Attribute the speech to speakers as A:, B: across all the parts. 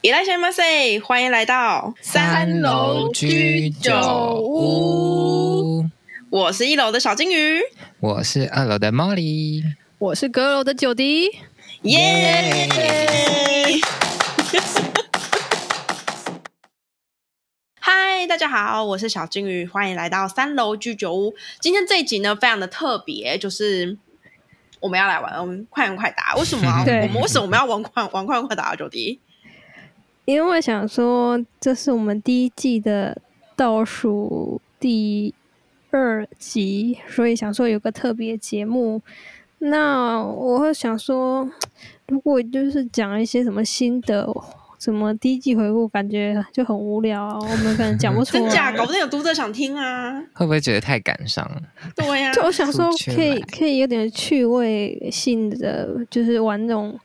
A: 伊拉先马塞，欢迎来到
B: 三楼居酒屋。
A: 我是一楼的小金鱼，
B: 我是二楼的 Molly，
C: 我是阁楼的九迪。
A: 耶！嗨，大家好，我是小金鱼，欢迎来到三楼居酒屋。今天这一集呢，非常的特别，就是我们要来玩，我们快问快答。为什么啊、
C: 对
A: 我们为什么要玩快玩快问快答、啊？九迪，
C: 因为想说，这是我们第一季的倒数第二集，所以想说有个特别节目。那我会想说，如果就是讲一些什么新的，什么第一季回顾，感觉就很无聊啊。我们可能讲不出来。
A: 真假？搞不定有读者想听啊！
B: 会不会觉得太感伤了？
A: 对啊呀、
C: 就我想说
B: 出，圈
C: 可以
B: 来
C: 可以有点趣味性的，就是玩那种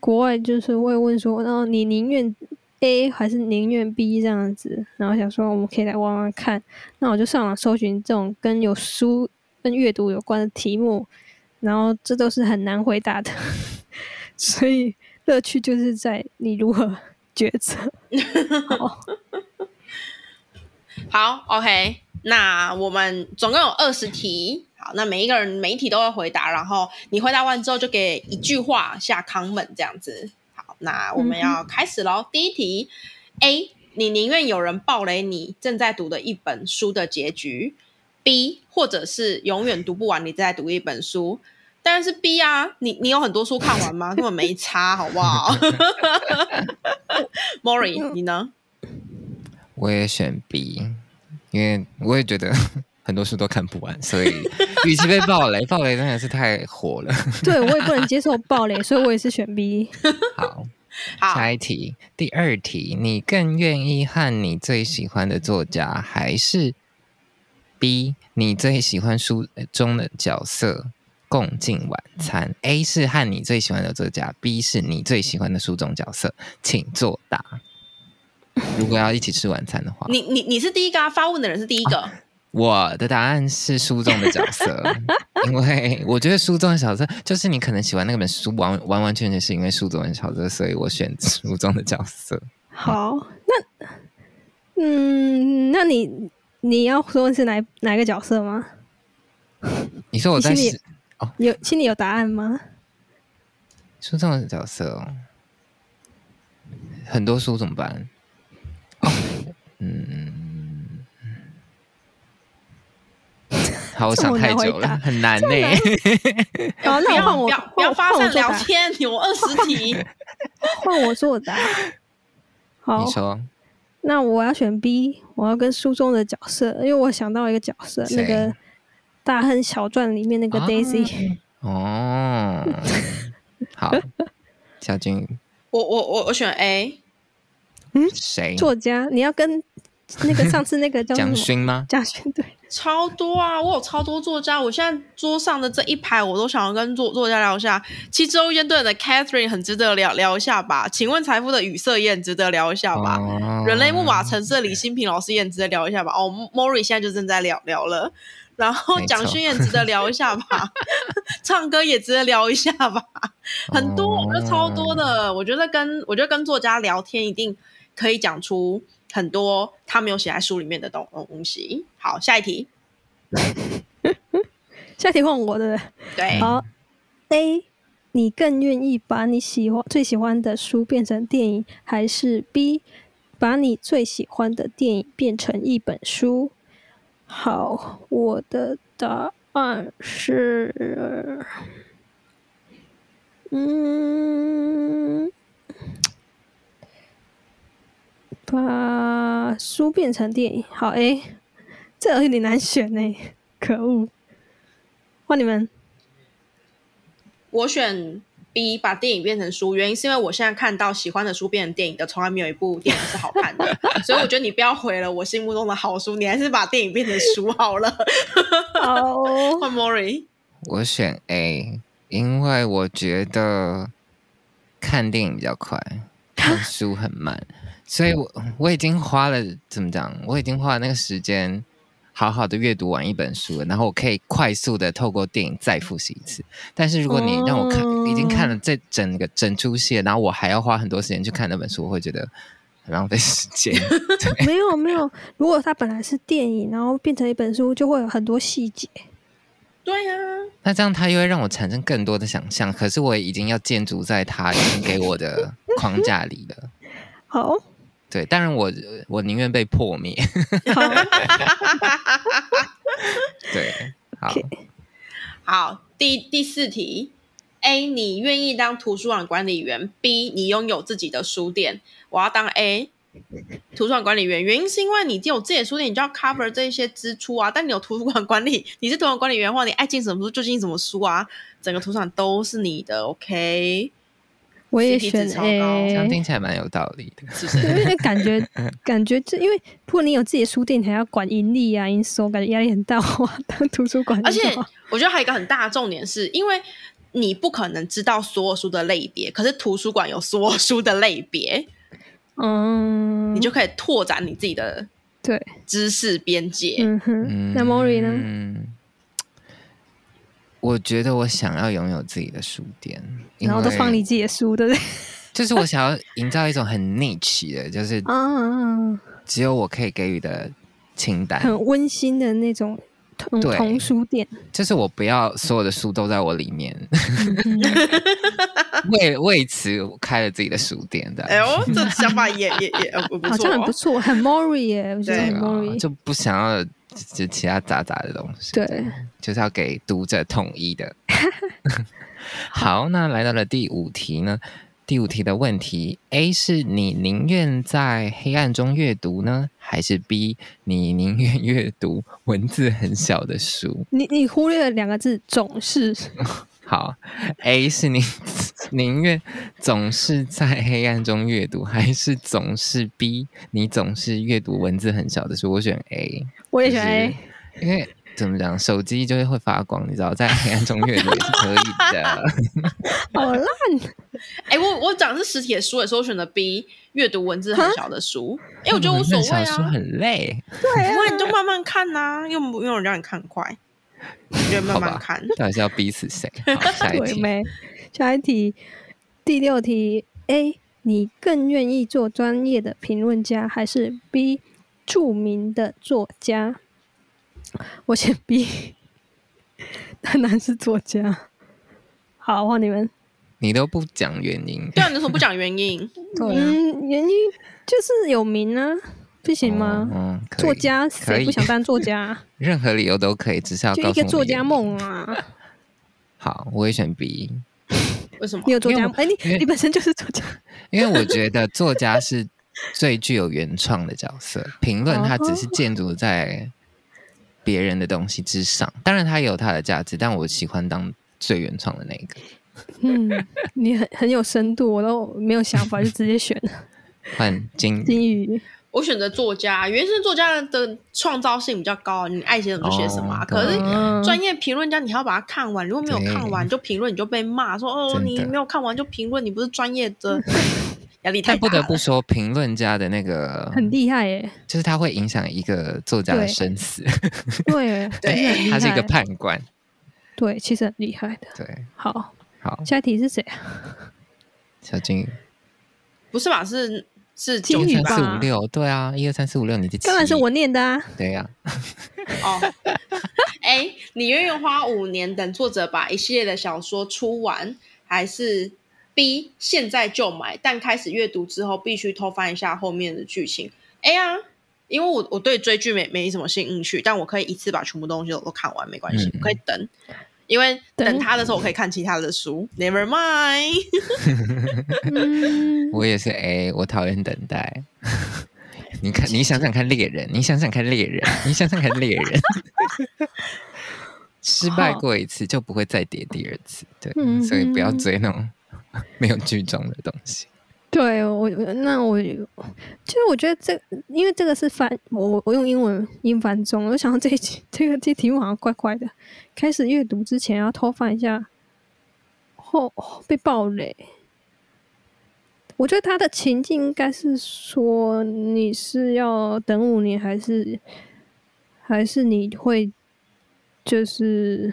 C: 国外，就是会问说，然后你宁愿 A 还是宁愿 B 这样子，然后想说我们可以来玩玩看。那我就上网搜寻这种跟有书跟阅读有关的题目，然后这都是很难回答的， 所以乐趣就是在你如何抉择。 好，
A: 好，OK，那我们总共有二十题。好，那每一个人每一题都要回答，然后你回答完之后就给一句话下 comment 这样子。好，那我们要开始喽。第一题，A，你宁愿有人暴雷你正在读的一本书的结局；B，或者是永远读不完你正在读一本书。当然是 B 啊，你你有很多书看完吗？根本没差，好不好 ？Mori，你呢？
B: 我也选 B，因为我也觉得 很多书都看不完，所以与其被暴雷，暴雷真的是太火了。
C: 对我也不能接受暴雷，所以我也是选 B。
B: 好，
A: 好，
B: 下一题，第二题，你更愿意和你最喜欢的作家，还是 B 你最喜欢书中的角色共进晚餐？A 是和你最喜欢的作家，B 是你最喜欢的书中角色，请作答。如果要一起吃晚餐的话，
A: 你你你是第一个啊，发问的人是第一个。
B: 我的答案是书中的角色，因为我觉得书中的角色就是你可能喜欢那本书，完完完全全是因为书中的角色，所以我选书中的角色。
C: 好，那嗯，那你你要说是哪哪一个角色吗？
B: 你说我
C: 你
B: 在
C: 心里
B: 是
C: 有心里有答案吗？
B: 书中的角色哦，很多书怎么办？哦，嗯，好，我
C: 这
B: 想
C: 么
B: 太
C: 难回
B: 久了，
C: 答
B: 很难欸呢、
C: 好，
A: 不
C: 哦那
A: 要不
C: 我换我
A: 要不要发
C: 换我
A: 散
C: 作
A: 聊
C: 答，
A: 天，有二十 题。
C: 换我作答。 好
B: 你，说
C: 那我要选 B，我要跟书中的角色，因为我想到一个角色，哦那
B: 谁
C: 个《大亨小传》里面那个
B: 啊
C: Daisy，、
B: 哦，好，小军
A: 我我我我选 A，
B: 谁？
C: 作家，你要跟那个上次那个叫什
B: 蒋
C: 么？
B: 勋吗？
C: 蒋勋对，
A: 超多啊！我有超多作家，我现在桌上的这一排我都想要跟作作家聊一下。其实周烟对的 Catherine 很值得聊聊一下吧？请问财富的语塞也很值得聊一下吧？
B: 哦
A: 人类木马城市的李新平老师也很值得聊一下吧？哦，Mori 现在就正在聊聊了。然后
B: 没错
A: 蒋勋也很值得聊一下 吧，唱歌也值得聊一下吧，很多，我觉得超多
B: 哦
A: 的。我觉得跟我觉得跟作家聊天，一定可以讲出很多他没有写在书里面的东东西。好，下一题，
C: 下题换我对不对？
A: 对，
C: 好，A，你更愿意把你喜欢最喜欢的书变成电影，还是 B，把你最喜欢的电影变成一本书？好，我的答案是，嗯，把书变成电影。好，A，这有点难选呢、可恶，换你们。
A: 我选 B，把电影变成书，原因是因为我现在看到喜欢的书变成电影的，从来没有一部电影是好 看的，所以我觉得你不要毁了我心目中的好书，你还是把电影变成书好 了。
C: 哦，
A: 换 Mori，
B: 我选 A，因为我觉得看电影比较快，看书很慢，所以我我已经花了怎么讲？我已经花了那个时间好好的阅读完一本书了，然后我可以快速的透过电影再复习一次。但是如果你让我看，已经看了这整个整出戏了，然后我还要花很多时间去看那本书，我会觉得很浪费时间。
C: 没有没有，如果它本来是电影，然后变成一本书，就会有很多细节。
A: 对呀、
B: 那这样它又会让我产生更多的想象，可是我已经要建筑在它已经给我的框架里了。
C: 好，
B: 对，当然我我宁愿被破灭。
C: 好，
B: 对，好
C: OK
A: 好，第第四题，A，你愿意当图书馆管理员；B，你拥有自己的书店。我要当 A，图书馆管理员，原因是因为你有自己的书店，你就要 cover 这些支出啊。但你有图书馆管理， 你是图书馆管理员的话，你爱进什么书就进什么书啊，整个图书馆都是你的。OK，
C: 我也
A: CP 值
C: 选
A: 超高
B: 这
C: A，
B: 样听起来蛮有道理的。
A: 是不是？
C: 因为感觉感觉这，因为如果你有自己的书店，你还要管盈利啊、营收，感觉压力很大。 哇，当图书馆 就
A: 而且
C: 好，
A: 我觉得还有一个很大的重点是，因为你不可能知道所有书的类别，可是图书馆有所有书的类别，
C: 嗯，
A: 你就可以拓展你自己的
C: 对，
A: 知识边界。
C: 嗯哼，那 Mori 呢？
B: 嗯，我觉得我想要拥有自己的书店，因
C: 然后都
B: 为
C: 放你自己的书，对不 对？
B: 就是我想要营造一种很 niche 的，就是
C: 啊啊，啊
B: 只有我可以给予的清单，
C: 很温馨的那种童
B: 对
C: 童书店。
B: 就是我不要所有的书都在我里面，
C: 嗯
B: 为为此我开了自己的书店的。
A: 哎 呦，这想法也也也呃不
C: 好
A: 错、
C: 像很
A: 哦
C: 不。错，很 Mori 耶，我觉得
A: 对
C: 很
B: 啊
C: Mori。
B: 就不想要就其他杂杂的东西。
C: 对，
B: 就是要给读者统一的。 好，那来到了第五题呢？第五题的问题：A 是你宁愿在黑暗中阅读呢，还是 B 你宁愿阅读文字很小的书？
C: 你你忽略了两个字，总是。
B: 好，A 是你 宁愿总是在黑暗中阅读，还是总是 B 你总是阅读文字很小的书？我选 A。
C: 我也
B: 就
C: 喜
B: 是
C: 欢 A，
B: 因为怎么讲，手机就是会发光，你知道，在黑暗中阅读也是可以 的。
C: 好烂。
A: 哎、我我讲的是实体的书的时候，我选的 B，阅读文字很小的 书，因
C: 哎
A: 为我觉得无所谓
B: 小说
A: 啊，
B: 很累，
A: 不会你就慢慢看呐、又没有人让你看快，啊你就慢
B: 好
A: 慢
B: 吧
A: 看。
B: 到底是要逼死谁？好，下一
C: 对
B: 题。
C: 没？下一题，第六题，A，你更愿意做专业的评论家，还是 B，著名的作家？ 我选 B，当然是作家。好，换你们。
B: 你都不讲原因，
A: 对啊，你为什么不讲原因？
C: 嗯，原因就是有名啊，不行吗？
B: 嗯，可以
C: 作家
B: 可
C: 谁
B: 以
C: 不，想当作家 啊？
B: 任何理由都可以，只是要
C: 就
B: 告
C: 一
B: 诉
C: 个
B: 我
C: 作
B: 原
C: 家
B: 因。
C: 梦啊！
B: 好，我也选 B，
A: 为 什么
C: 你？有作
B: 因为
C: 家
B: 我
C: 梦？哎，
B: 因为
C: 你你本身就是作家。
B: 因为我觉得作家是最具有原创的角色，评论它只是
C: 哦
B: 建筑在别人的东西之上，当然它有它的价值，但我喜欢当最原创的那一个。
C: 嗯，你很很有深度，我都没有想法就直接选了
B: 换金鱼，
C: 金 鱼。
A: 我选择作家，原生作家的创造性比较高，你爱写什么就写什么啊、
B: 哦
A: 可是
B: 懂
C: 嗯，
A: 专业评论家，你还要把它看完，如果没有看完就评论，你就被骂说哦，
B: 嗯真的
A: 你没有看完就评论，你不是专业 的，压力太大
B: 但不
A: 了。
B: 得不说，评论家的那个
C: 很厉害耶，
B: 就是他会影响一个作家的
C: 对
B: 生死，
C: 对，
A: 对
C: 真的很 厉
B: 他是一个
C: 害
B: 判官。
C: 对，其实很厉害的。
B: 对，
C: 好，
B: 好，
C: 下一题是谁啊？
B: 小金鱼，
A: 不是吧？是是
C: 金
A: 九
B: 一
C: 鱼
A: 题
B: 二
A: 吧
B: 三？四五
C: 吧
B: 六，对啊，一二三四五六，你的
C: 当然是
B: 七
C: 我，念的啊。
B: 对呀、
A: 哦，哎，你愿意花五年等作者把一系列的小说出完，还是 B 现在就买，但开始阅读之后必须偷翻一下后面的剧情？A 啊，因为我我对追剧没没什么兴趣，但我可以一次把全部东西我都看完，没关系
B: 嗯，
A: 我可以等。因为等
C: 等
A: 他的时候，我可以看其他的书。Never
B: 嗯
A: mind，
C: 嗯，
B: 我也是 A，我讨厌等待。 你 看，你想想看猎人，你想想看猎人，你想想看猎 人，失败
C: 好
B: 过一次就不会再跌第二次，对，
C: 嗯
B: 所以不要
C: 哼
B: 追那种 没有剧中的东西。
C: 对我，我那我其实我觉得这，因为这个是翻，我我用英文英翻中，我想到这一题，这个这题目好像怪怪的。开始阅读之前要偷翻一下，后、被暴雷。我觉得他的情境应该是说，你是要等五年，还是还是你会就是？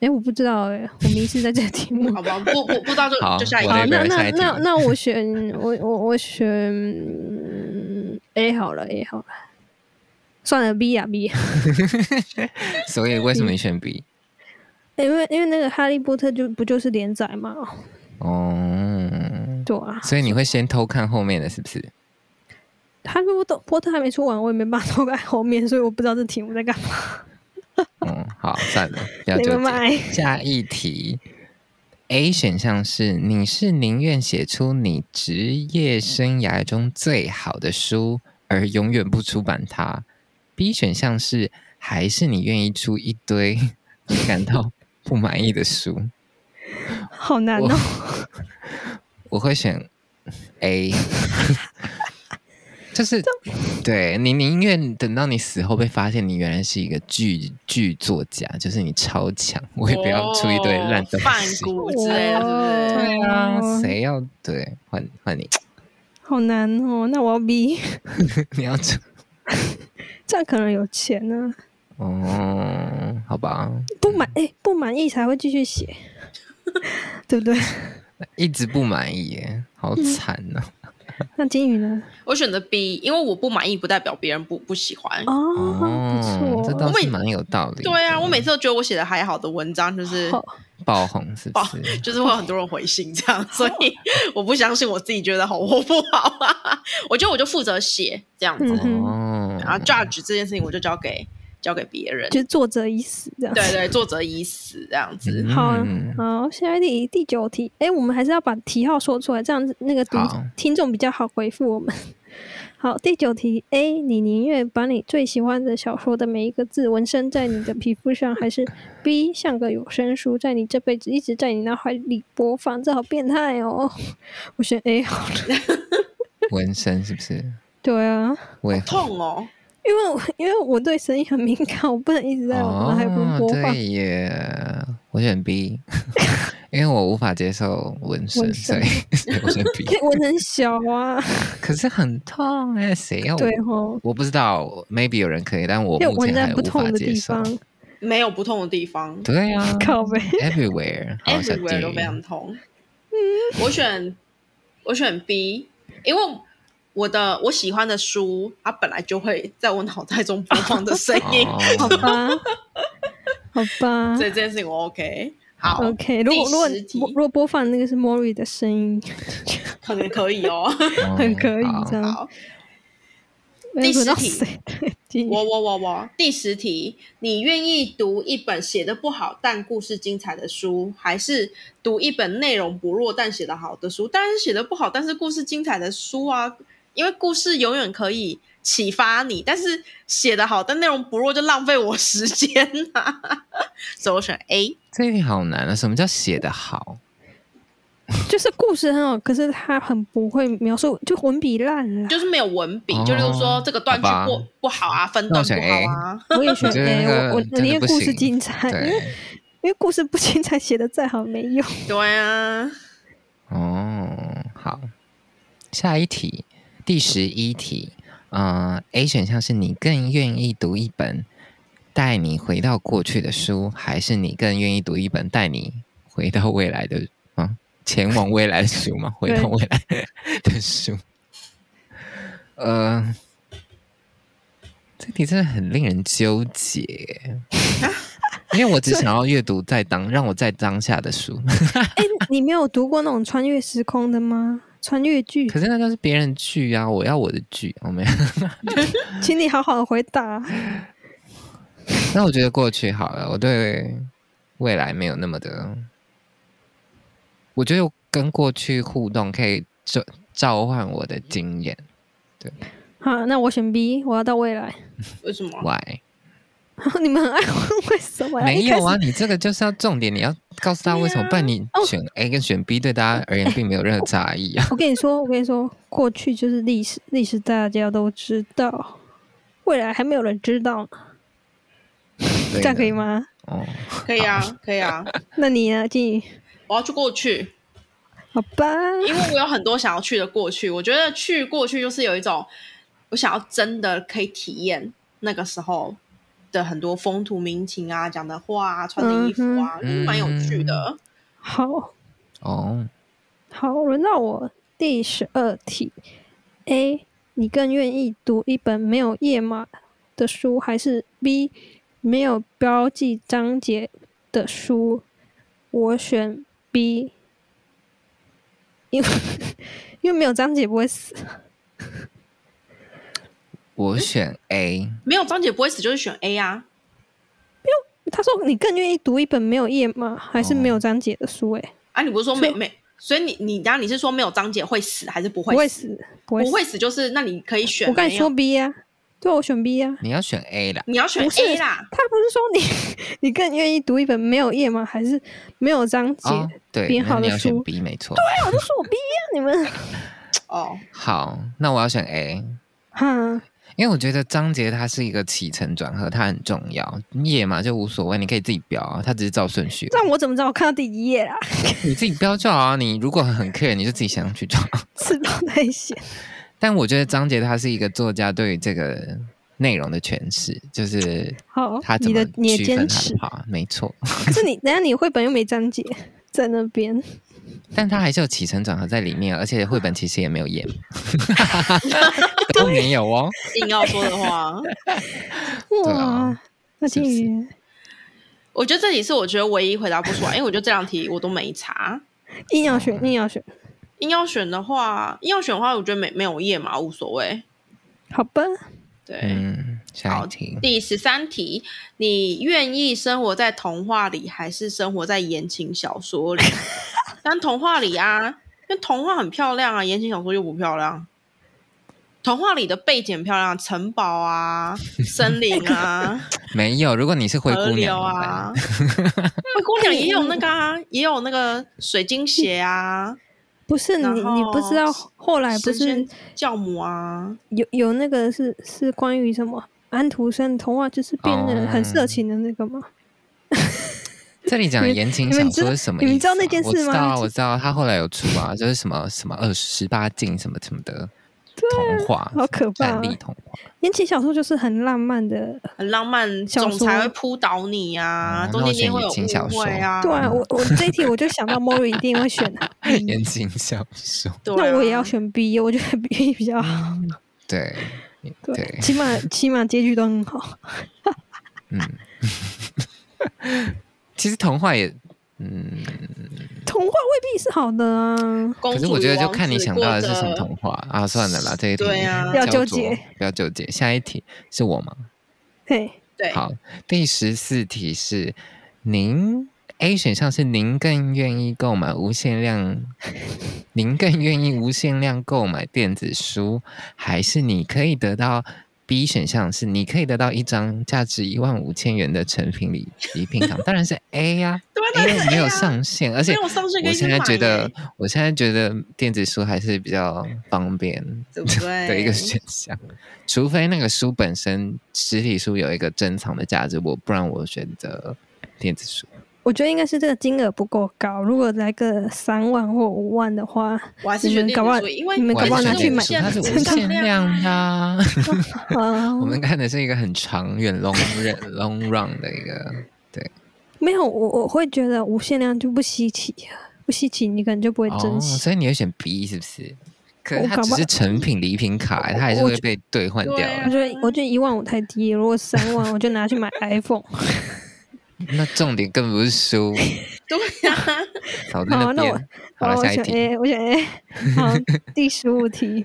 C: 哎、我不知道哎、我迷失在这个题目。
A: 好吧，不不不知道就
B: 好
A: 就下一
B: 我
C: 好，
A: 个
B: 来。
C: 那
B: 来下
C: 那
B: 一题
C: 那那我选我我我选嗯 A 好了 A 好了，算了 B 啊 B，
B: 所以为什么你选 B？
C: 因为因为那个哈利波特就不就是连载嘛，
B: 哦，
C: 对啊，
B: 所以你会先偷看后面的是不 是？
C: 哈利波特波特还没出完，我也没办法 偷看后面，所以我不知道这题目在干嘛。
B: 嗯，好，算了，不要
C: 你
B: 纠
C: 们
B: 结。
C: 买
B: 下一题，A 选项是：你是宁愿写出你职业生涯中最好的书，而永远不出版它；B 选项是，还是你愿意出一堆 你感到不满意的书？
C: 好难哦、
B: 我 我会选 A，就是对你宁愿等到你死后被发现你原来是一个剧剧作家，就是你超强，我也不要出一堆烂 东
A: 哦饭
B: 西。
A: 骨之类的，是不是？
B: 对啊
C: 哦，
B: 谁要对换换你？
C: 好难哦、那我要 B，
B: 你要出
C: 这样可能有钱呢、
B: 哦，好吧，
C: 不满哎、不满意才会继续写，对不对？
B: 一直不满意耶，好惨哦呐、
C: 那金鱼呢？
A: 我选择 B，因为我不满意不代表别人不不喜欢。
C: 哦，
B: 哦，
C: 不
B: 这
C: 错，
B: 倒是蛮有道理的。
A: 对啊，我每次都觉得我写的还好的文章就是
C: 好
B: 爆红是不
A: 爆
B: 是？
A: 就是会有很多人回信这样，所以我不相信我自己觉得好或不好啊。我觉得我就负责写这样子，
C: 嗯哼
B: 哦，
A: 然后 judge 这件事情我就交给交给别人。
C: 就是作者已死这样。
A: 对对，作者已死这样子。
C: 好
B: 嗯
C: 好，下一题第九题，哎、我们还是要把题号说出来，这样子那个读
B: 好
C: 听众比较好回复我们。 好，第九题，A，你宁愿把你最喜欢的小说的每一个字纹身在你的皮肤上，还是 B 像个有声书，在你这辈子一直在你脑海里播放？这好变态哦！ 我选 A 好了。
B: 纹身是不是？
C: 对啊，
B: 我也
A: 痛哦，
C: 因为我因为我对声音很敏感，我不能一直啊在我脑海里面播放
B: 哦 对耶，我选 B，因为我无法接受纹身，
C: 纹
B: 所
C: 身
B: 以所以 我选 B
C: 可。以纹很小啊。
B: 可是很痛哎、谁要？
C: 对吼，
B: 我不知道，maybe 有人可以，但我
C: 就
B: 目
C: 纹
B: 前
C: 在
B: 还
C: 不
B: 无
C: 痛
B: 法
C: 的地
B: 接受
C: 方。，
A: 没有不痛的地方
B: 对呀、 啊
C: 靠背。
B: ，everywhere，好小弟
A: ，everywhere 都非 常痛。我选我选 B，因为我的我喜欢的书，它本来就会在我脑袋中播放的声音，
C: 好
B: 哦，
C: 吧，好吧
A: 所以这件事情我 OK。好，
C: ，OK。如果如果
A: 第十题
C: 播如果播放那个是 Mori 的声音，
A: 可能可以哦。
C: 很可以
B: 嗯好
C: 这样。
A: 好，
C: 没有轮到
A: 第十
C: 谁？对金鱼
A: 我我我我第十题，你愿意读一本写的不好但故事精彩的书，还是读一本内容薄弱但写的好的书？当然是写的不好但是故事精彩的书啊，因为故事永远可以启发你，但是写的好但内容薄弱就浪费我时间啊。 所以我选 A。
B: 这一题好难啊！什么叫写的好？
C: 就是故事很好，可是他很不会描述，就文笔烂了。
A: 就是没有文笔，
B: 哦
A: 就例如说这个断句
B: 好吧
A: 不不好啊，分段不好啊，
C: 我也选
B: 我 觉得那
C: A，
B: 个
C: 嗯哎我我
B: 真的
C: 宁愿
B: 不
C: 故事
B: 行
C: 精彩，因为
B: 对，
C: 因为故事不精彩，写的再好 没用。
A: 对啊，
B: 哦，好，下一题，第十一题，呃，A 选项是你更愿意读一本带你回到过去的书，还是你更愿意读一本带你回到未来的啊，前往未来的书吗？回到
C: 对
B: 未来的书，呃，这题真的很令人纠结。因为我只想要阅读在当让我在当下的书，
C: 哎，你没有读过那种穿越时空的吗？穿越剧，
B: 可是那就是别人的剧啊，我要我的剧，我没有。
C: 请你好好地回答。
B: 那我觉得过去好了，我对未来没有那么的，我觉得我跟过去互动可以召召唤我的经验。
C: 好，那我选 B，我要到未来。
A: 为什么？
B: Why？
C: 你们很爱问为什么呀？
B: 没
C: 一开
B: 有
C: 始
B: 啊，你这个就是要重点，你要告诉他为什么，不然你
C: 哦
B: 选 A 跟选 B 对大家而言并没有任何差异啊。
C: 我跟你说，我跟你说，过去就是历史，历史大家都知道，未来还没有人知道呢，
B: 这
C: 这样可以？吗？
B: 哦，
A: 可以啊，可以啊，
C: 那你呢，静宇？
A: 我要去过去。
C: 好吧，
A: 因为我有很多想要去的过去，我觉得去过去就是有一种我想要真的可以体验，那个时候的很多风土民情啊，讲的话啊，穿的衣服啊，
B: 嗯哼嗯
A: 就是蛮有趣的。
C: 好
B: 哦，
C: 好，轮到我第十二题：A. 你更愿意读一本没有页码的书，还是 B. 没有标记章节的书？我选 B，因为 因为没有章节不会死。
B: 我选 A，
A: 没有章节不会死，就是选 A 啊。
C: 他说你更愿意读一本没有页
B: 哦
C: 码还是没有章节的书、欸？
A: 啊，
C: 哎、
A: 你不是说没
C: 所以
A: 没？所以你你当你是说没有章节会死还是不
C: 不
A: 会
C: 会
A: 死？
C: 死，不会
A: 不
C: 死。
A: 会死就是那你可以选。
C: 我跟你
A: 没
C: 说
A: 有
C: B 呀、对我选 B 呀、
B: 你要选 A 啦。
A: 你要选
C: 不是
A: A 啦。
C: 他不是说你 你更愿意读一本没有页码还是没有章节？
B: 哦，对，
C: 编
B: 那
C: 号
B: 你
C: 的
B: 要选
C: 书
B: B 没错。
C: 哎，我就说我 B 呀、你们
A: 哦，
B: 好，那我要选 A，
C: 哈，
B: 因为我觉得章节它是一个起承转合，它很重要。页嘛就无所谓，你可以自己标啊，它只是照顺序。
C: 让我怎么知道我看到第一页啊啦？
B: 你自己标就好啊。你如果很 care，你就自己想上去找。
C: 吃到太咸，
B: 但我觉得章节它是一个作家对于这个内容的诠释，就是
C: 好
B: 他，怎
C: 哦你
B: 么
C: 的你的
B: 区分
C: 坚
B: 它
C: 持
B: 的，话，没错。
C: 可是你等一下你绘本又没章节在那边，
B: 但它还是有起承转合在里面，而且绘本其实也没有 演，都没有哦。
A: 硬要说的话，
B: 对
C: 哇，
B: 啊
C: 那
B: 是不是
C: 金鱼
A: 我觉得这里是我觉得唯一回答不出来，因为我觉得这两题我都没查。
C: 硬要
B: 嗯
C: 选硬要选，
A: 硬要选的话，硬要选的话，我觉得没没有页码无所谓。
C: 好吧，
A: 对，
B: 嗯，下
A: 好
B: 一题，
A: 第十三题，你愿意生活在童话里，还是生活在言情小 说里？但童话里啊，因为童话很漂亮啊，言情小说又不漂亮。童话里的背景漂亮，城堡 啊，森林啊，
B: 没有。如果你是 灰
A: 河
B: 姑
A: 流
B: 娘怎
C: 哦
B: 么办
A: 啊，灰姑娘也有那个啊，也有那个水晶鞋 啊，
C: 不是你
A: 然
C: 你不知道后来哎不
A: 神
C: 是
A: 仙教母啊，
C: 有有那个是是关于什么安徒生童话，就是变
B: 哦
C: 得很色情的那个吗？
B: 这里讲的言情
C: 你
B: 小
C: 们
B: 说
C: 知
B: 是什么
C: 你们
B: 意思
C: 知道
B: 啊
C: 那件
B: 我
C: 事
B: 知道啊，
C: 吗
B: 我知道，他后来有出啊，就是什么什么二十八禁什么什么的童话，
C: 啊好可怕
B: 战
C: 啊
B: 力童话。
C: 言情小说就是很浪漫的，
A: 很浪漫，
C: 小
A: 总裁
C: 说
A: 会扑倒你啊，
B: 嗯
A: 中
B: 那我
A: 间一定
B: 选
A: 会有
B: 言情小
A: 误会
B: 说
A: 啊，
C: 对啊，我我这一题我就想到 Mori 一定会选 的，
B: 言情小说，
A: 对
C: 那我也
A: 啊
C: 要选 B，我觉得 B 比较好，
B: 对
C: 对
B: 嗯对，
C: 起码起码结局都很好。
B: 嗯，其实童话也，嗯，
C: 童话未必是好的啊，
A: 公
B: 可
A: 主
B: 是我觉得
A: 与
B: 就
A: 王
B: 看你
A: 子
B: 想
A: 过
B: 到的是
A: 着
B: 什么童话啊。算了啦，这一题
A: 对啊
C: 不要
B: 焦
C: 纠结
B: 灼，不要纠结。下一题是我吗？
C: 嘿，
A: 对，
B: 好，第十四题是您 A 选项是您更愿意购买无限量，您更愿意无限量购买电子书，还是你可以得到 B 选项是你可以得到一张价值一万五千元的成品礼礼品卡？当然是 A 呀、
A: 对啊
B: 因
A: 当
B: 为
A: 然是
B: 没有
A: A 啊
B: 上限，而且
A: 没有上限可
B: 我
A: 以
B: 现在
A: 买
B: 觉得
A: 耶，
B: 我现在觉得电子书还是比较方便
A: 对不对
B: 的一个选项，除非那个书本身实体书有一个珍藏的价值，我不然我选择电子书。
C: 我觉得应该是这个金额不够高，如果来个三万或五万的话，
A: 我还是
C: 你
A: 选
C: 们
A: 电
C: 搞不
A: 子
C: 好
A: 书，因为
C: 你们
B: 我
C: 搞不
B: 还
C: 好
B: 是
C: 拿
B: 选
C: 去
B: 电子书它
C: 买
B: 是无
C: 珍藏
B: 限量的 啊、
C: 啊
B: 我，们看的是一个很长远 long run long run 的一个。
C: 没有我我会觉得无限量就不稀奇，不稀奇你可能就 不会珍
B: 哦，
C: 惜。
B: 所以你会选 B 是不是？可是
C: 我
B: 它
C: 搞
B: 只
C: 不
B: 是
C: 好
B: 成品礼品卡、它还是
C: 我
B: 会被兑换掉
A: 对
B: 的
A: 啊
C: 我觉得我觉得一万五太低，如果三万我就拿去买 iPhone。
B: 那重点根本不是书，
A: 对啊，
B: 少在那
C: 好那我
B: 边。好了，
C: 我
B: 下一
C: 选
B: 题。
C: A，我 选 A。好，第十五题，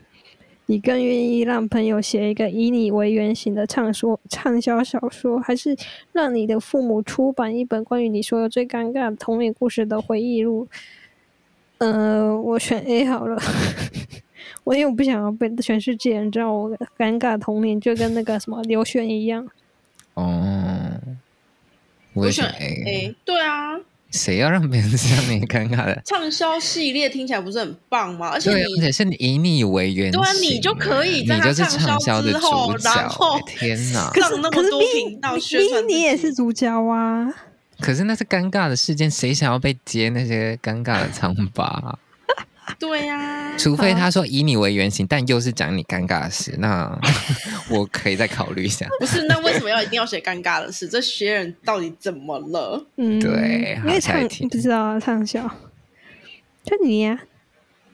C: 你更愿意让朋友写一个以你为原型的畅说畅销小说，还是让你的父母出版一本关于你所有最尴尬的童年故事的回忆录？呃，我选 A 好了。 我因为我不想要被全世界人知道我的尴尬童年，就跟那个什么刘璇一样。
B: 哦，我也选 A。
A: A，对啊，
B: 谁要让别人 知道你尴尬的？
A: 畅销系列听起来不是很棒吗？而且
B: 对，啊而
A: 你
B: 且是以你为原型
A: 对
B: 啊，
A: 啊你就可以在
B: 你
A: 它
B: 就是
A: 畅销
B: 畅销的
A: 之后
B: 主
A: 然
B: 角
A: 后
B: 欸。天哪！
A: 上那
C: 可
A: 么
C: 是
A: 多
C: B
A: 频道
C: B
A: 宣传自
C: B 你也
A: 己
C: 是主角啊。
B: 可是那是尴尬的事件，谁想要被接那些尴尬的疮疤啊？
A: 对呀、
B: 除非
A: 嗯
B: 他说以你为原型，但又是讲你尴尬的事， 那 我可以再考虑一下。
A: 不是，那为什么要一定要写尴尬的事？这些人到底怎么了？
C: 嗯，
B: 对
C: 因为
B: 好下一
C: 畅
B: 题
C: 不知道啊畅销，就你呀、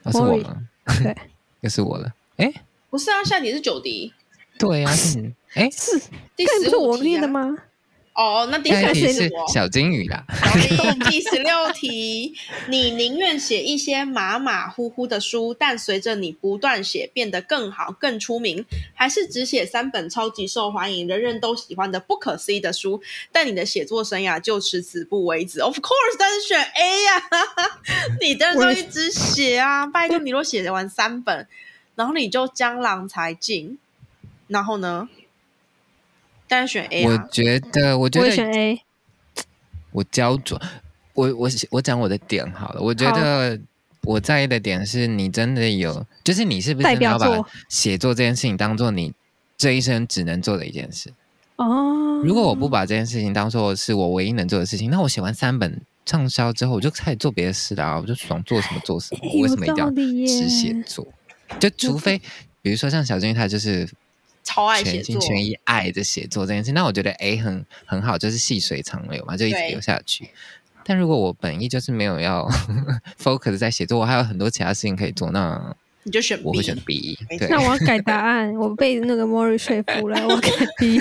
B: 哦、是我吗？
C: 对，
B: 又是我了。哎、
A: 不是啊，下你是九迪，
B: 对呀、啊，是你。哎、
C: 是，
A: 第
C: 但
A: 十
C: 不是
A: 五
C: 我
A: 题、啊、
C: 念的？吗？
A: 哦，那第
B: 下
A: 十
B: 一
A: 题
B: 题
A: 是
B: 是
A: 我。
B: 小金鱼啦。
A: Sorry，第十六题，你宁愿写一些马马虎虎的书，但随着你不断写变得更好、更出名，还是只写三本超级受欢迎、人人都喜欢的不可思议的书，但你的写作生涯就此此不为止？Of course，当然是选 A 呀、你当然是要一直写啊！拜托，你若写完三本，然后你就江郎才尽，然后呢？当然选 A
B: 我
A: 啊！
B: 觉得，我觉
C: 我
B: 得
C: 也选 A，
B: 我焦灼，我我我讲我的点好了。我觉得我在意的点是你真的有，就是你是不是
C: 代
B: 真的
C: 表
B: 要
C: 作
B: 把写作这件事情当做你这一生只能做的一件事。
C: 哦。
B: 如果我不把这件事情当做是我唯一能做的事情，那我写完三本畅销之后，我就开始做别的事啦、我就爽做什么做什么，
C: 哎
B: 我为什么一
C: 有
B: 定要
C: 道理耶
B: 只写作？就除非比如说像小金他就是
A: 超爱写
B: 全心
A: 作，
B: 全意爱着写作这件事，那我觉得哎很很好，就是细水长流嘛，就一直
A: 对
B: 流下去。但如果我本意就是没有要 focus 在写作，我还有很多其他事情可以做，那
A: 你就选 B。
B: 我会选 B
A: 没。
B: 对
C: 那，我要改答案，我被那个 Mori 说服了，我改 B，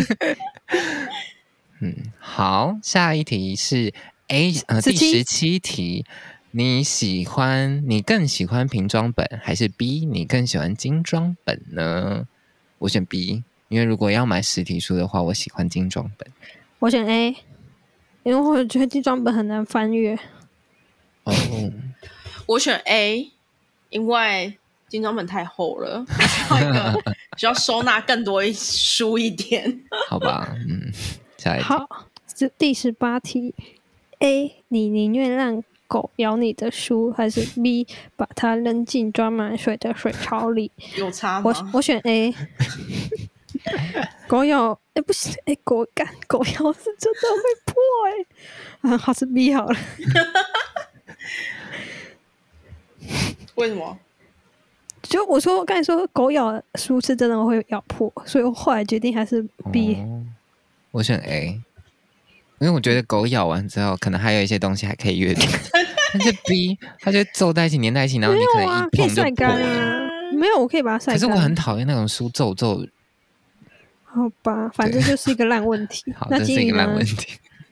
B: 嗯，好，下一题是 A 呃第
C: 17
B: 十七题，你喜欢你更喜欢瓶装本还是 B 你更喜欢精装本呢？我选 B，因为如果要买实体书的话，我喜欢精装本。
C: 我选 A，因为我觉得精装本很难翻阅。
B: 哦，
A: 我选 A，因为精装本太厚了， 我需要一个需要收纳更多一 书一点。
B: 好吧，嗯，下一题。
C: 好，这第十八题，A，你宁愿让狗咬你的书，还是 B，把它扔进装满水的水槽里？
A: 有差
C: 我
A: 吗？
C: 我选 A。狗咬哎、不行哎、狗干狗咬是真的会破哎、啊好是 B 好了，
A: 为什么？
C: 就我说我刚才说狗咬书是真的会咬破，所以我后来决定还是 B。
B: 哦我选 A，因为我觉得狗咬完之后，可能还有一些东西还可以 阅读，但是 B 它就皱在一起、粘在一起，然后
C: 没
B: 你可
C: 有啊
B: 能，一
C: 可以
B: 碰就
C: 晒
B: 破
C: 干
B: 了。
C: 啊，没有我可以把它
B: 可
C: 晒干。
B: 是我很讨厌那种书皱皱，
C: 好吧，反正就是一个烂问题
B: 好，。
C: 那
B: 这
C: 金
B: 是一
C: 鱼
B: 个烂
C: 呢
B: 问？ 题。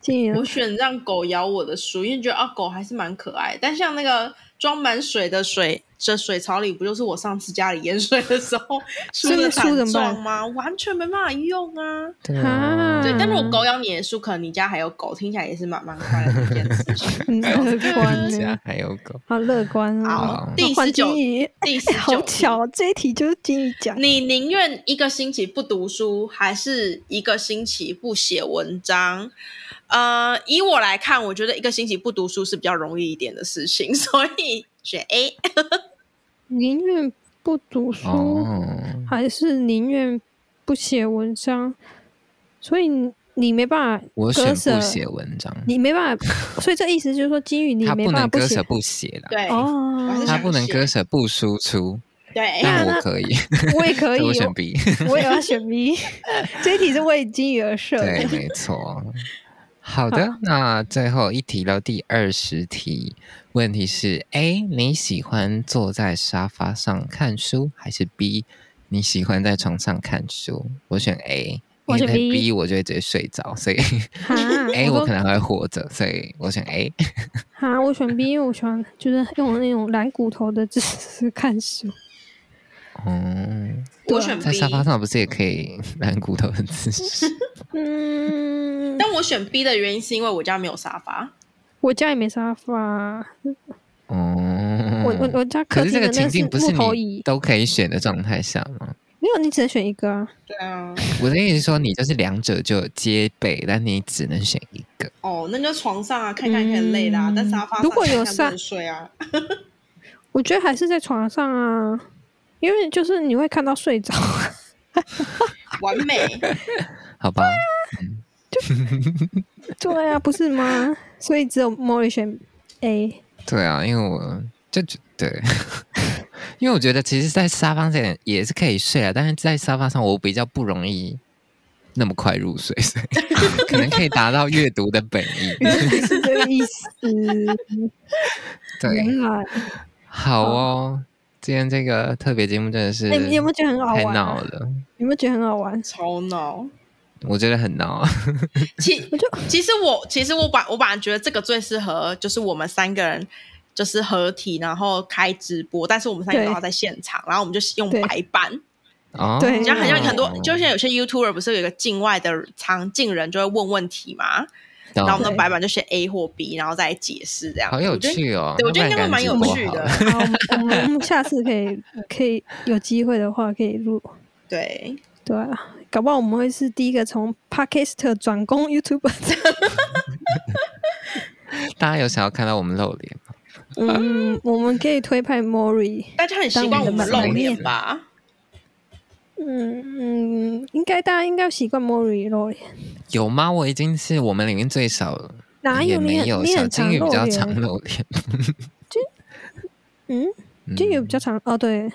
C: 金鱼呢
A: 我选让狗咬我的书，因为觉得啊，狗还是蛮可爱。但像那个装满水的水这水槽里，不就是我上次家里淹水的时 候书
C: 那
A: 的
C: 书
A: 惨
C: 怎么
A: 状
C: 办
A: 吗？完全没办法用啊。
B: 对
C: 啊
B: 啊，
A: 对，但如果狗咬你的书，可能你家还有狗，听起来也是蛮蛮快乐的一件事 情。
C: 嗯乐观
B: 人
C: 呢
B: 家，还有狗，
C: 好乐观哦。
A: 好
B: 好，
A: 第
C: 换
A: 十九
C: 金，鱼，
A: 第十
C: 哎
A: 九，
C: 好巧，这一题就是金鱼讲。
A: 你宁愿一个星期不读书，还是一个星期不写文章？呃，以我来看，我觉得一个星期不读书是比较容易一点的事情， 所以选 A。
C: 宁愿不读书，
B: 哦，
C: 还是宁愿不写文章？所以你你没办法
B: 我选
C: 割舍
B: 不，写文章，
C: 你没办法，所以这意思就是说，金鱼你
B: 他
C: 没办法
B: 能割
C: 写
B: 舍不写啦，
A: 对、我还是想
C: 哦
B: 他不能割舍不输出，
A: 对，
B: 但
C: 哎那
B: 我可以，
C: 我也可以，
B: 所我
C: 我
B: 选 B。
C: 我也要选 B。这一题是为金鱼而设
B: 对，
C: 的。
B: 没错。好的，那最后一题了，第二十题，问题是：A. 你喜欢坐在沙发上看书，还是 B. 你喜欢在床上看书？我选 A，
C: 我选
B: 因为
C: B
B: B 我就会直接睡着，所以
C: 哈
B: A
C: 我
B: 哎我
C: 都
B: 可能还会活着，所以我选 A。
C: 啊，我选 B，因为我喜欢就是用那种蓝骨头的姿势看书。哦
B: 嗯，
A: 我
C: 啊
A: 选
B: 在
A: B。
B: 沙发上不是也可以 烂骨头的姿 势？
C: 嗯，
A: 但我选 B 的原因是因为我家没有沙发，
C: 我家也没沙发，
B: 哦、
C: 我我我家客
B: 可是
C: 厅
B: 这个
C: 的那
B: 情境不是
C: 木头
B: 你
C: 椅，
B: 都可以选的状态下吗？
C: 没有，你只能选一个啊。
A: 对啊，
B: 我的意思是说，你就是两者就有皆备，但你只能选一个。
A: 哦，那就床上啊，看看也很累啦，
C: 嗯
A: 但沙发上
C: 如果有
A: 看看
C: 沙
A: 不能睡啊，
C: 我觉得还是在床上啊，因为就是你会看到睡着，
A: 完美。
B: 好吧？
C: 对啊，不是吗？所以只有 Molly 选 A。
B: 对啊，因为我就觉对， 因为我觉得其实，在沙发上也是可以睡啊，但是在沙发上我比较不容易那么快入睡，所以可能可以达到阅读的本意。
C: 是这个 意思。
B: 对，
C: 原来，
B: 好哦，今天这个特别节目真的是
C: 哎、你有没有觉得很好
B: 太
C: 玩、
B: 闹
C: 啊？
B: 了，
C: 有没有觉得很好玩？
A: 超闹。
B: 我觉得很闹。
A: 其
C: 我就
A: 其实我其实我把我把觉得这个最适合就是我们三个人就是合体，然后开直播，但是我们三个
C: 对
A: 都要在现场，然后我们就是用
C: 对
A: 白板，
B: 哦，
C: 对
A: 你像很像很多，就
B: 像
A: 像有些 YouTuber 不是有一个境外的常进人就会问问题嘛，
B: 哦
A: 然后我们的
C: 对
A: 白板就写 A 或 B，然后再解释这样，
B: 好有
A: 我觉得
B: 趣哦，
A: 对我觉得
B: 那
A: 应该
B: 不然
A: 会蛮
B: 赶
A: 有
B: 直播
A: 趣
B: 好
A: 的
B: 了，
C: 好，我们我们我们下次可以可以有机会的话可以录，
A: 对，
C: 对啊，搞不好我们会是第一个从 Podcast 转攻 YouTube。
B: 大家有想要看到我们露脸吗？
C: 嗯，我们可以推派 Mori。
A: 大家很习惯我们露
B: 当你的
A: 脸
B: 粉丝
A: 吧？
C: 嗯嗯，应该大家应该习惯 Mori 露脸，
B: 有吗？我已经是我们里面最少，
C: 哪
B: 也
C: 有
B: 没
C: 你
B: 有
C: 很你
B: 小
C: 很
B: 金
C: 常
B: 鱼比
C: 露
B: 较常
C: 脸？
B: 露脸，
C: 嗯，金鱼比较长哦，对，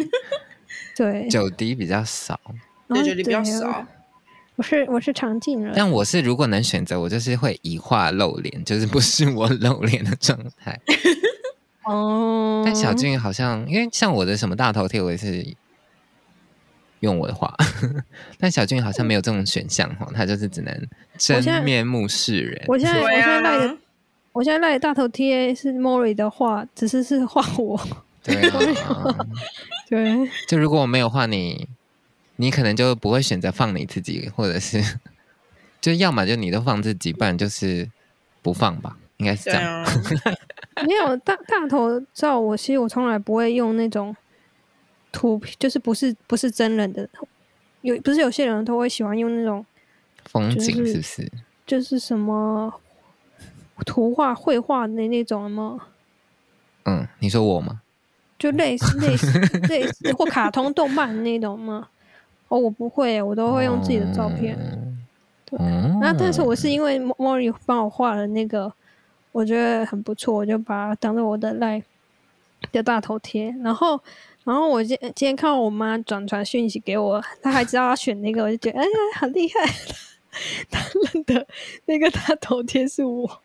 C: 对，
B: 九滴比较少。
A: 对，
C: 哦
A: 觉得比较。
C: 对
A: 少
C: 啊。我是我是常进人，
B: 但我是如果能选择，我就是会以画露脸，就是不是我露脸的状态。
C: 哦，
B: 但小俊好像，因为像我的什么大头贴，我也是用我的画， 但小俊好像没有这种选项哈，他就是只能
C: 我现在
B: 真面目示人。
C: 我现在我
A: 对
C: 现在赖
A: 啊
C: 的，我现在赖的大头贴是 Mori 的画，只是是画我，
B: 对啊，
C: 对，
B: 就如果我没有画你，你可能就不会选择放你自己，或者是就要么就你都放自己，不然就是不放吧，应该是这
A: 对
B: 样。
A: 啊，
C: 没有大大头照，我其实我从来不会用那种图，就是不是不是真人的，有不是有些人都会喜欢用那种
B: 风景
C: 就是
B: 是不是？
C: 就是什么图画绘画的那种吗？
B: 嗯，你说我吗？
C: 就类似类似类似或卡通动漫那种吗？哦，我不会，我都会用自己的照片。对
B: 哦。哦
C: 那但是我是因为莫莫里帮我画了那个，我觉得很不错，我就把它当做我的赖的大头贴。然后，然后我今今天看到我妈转传讯息给我，她还知道要选那个，我就觉得哎呀，好厉害！她 认得那个大头贴是我，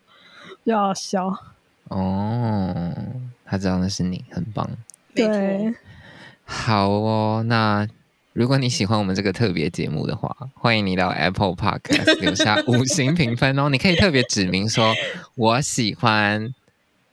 C: 就好笑。
B: 哦，他知道那是你，很棒。
A: 没错
C: 对，
B: 好哦，那如果你喜欢我们这个特别节目的话， 欢迎你到 Apple Podcast 留下五星评分哦。你可以特别指明说我喜欢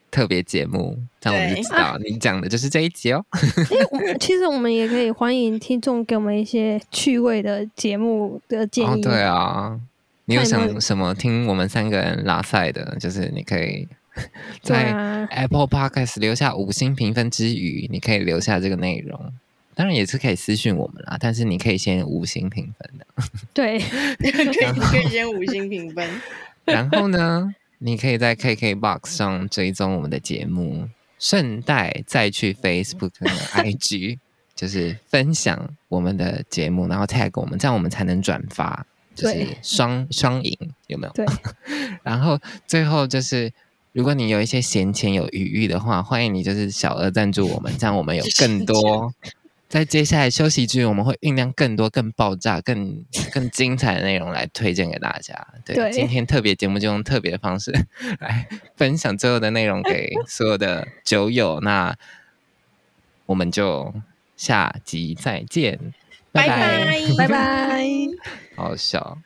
B: 特别节目，这样我们就
A: 对
B: 知道你讲的就是这一集哦。
C: 因为我们其实我们也可以欢迎听众给我们一些趣味的节目的 建
B: 哦，
C: 议。
B: 对啊，你有
C: 看有没有
B: 想什么听我们三个人拉赛的，就是你可 以
C: 对
B: 在
C: 啊，
B: Apple Podcast 留下五星评分之余，你可以留下这个内容。当然也是可以私讯我们啦，但是你可以先五星评分的。
C: 对，
A: 可以可以先五星评分，
B: 然后呢，你可以在 KKBox 上追踪我们的节目，顺带再去 Facebook 和 IG，就是分享我们的节目，然后 tag 我们，这样我们才能转发，就是
C: 对
B: 双双赢，有没有？
C: 对，
B: 然后最后就是，如果你有一些闲钱有余裕的话，欢迎你就是小额赞助我们，这样我们有更多。在接下来休息之余，我们会酝酿更多、更爆炸、更 更精彩的内容来推荐给大家。对，
C: 对
B: 今天特别节目就用特别的方式来分享最后的内容给所有的酒友。那我们就下集再见，拜
A: 拜
C: 拜拜。
B: 好笑。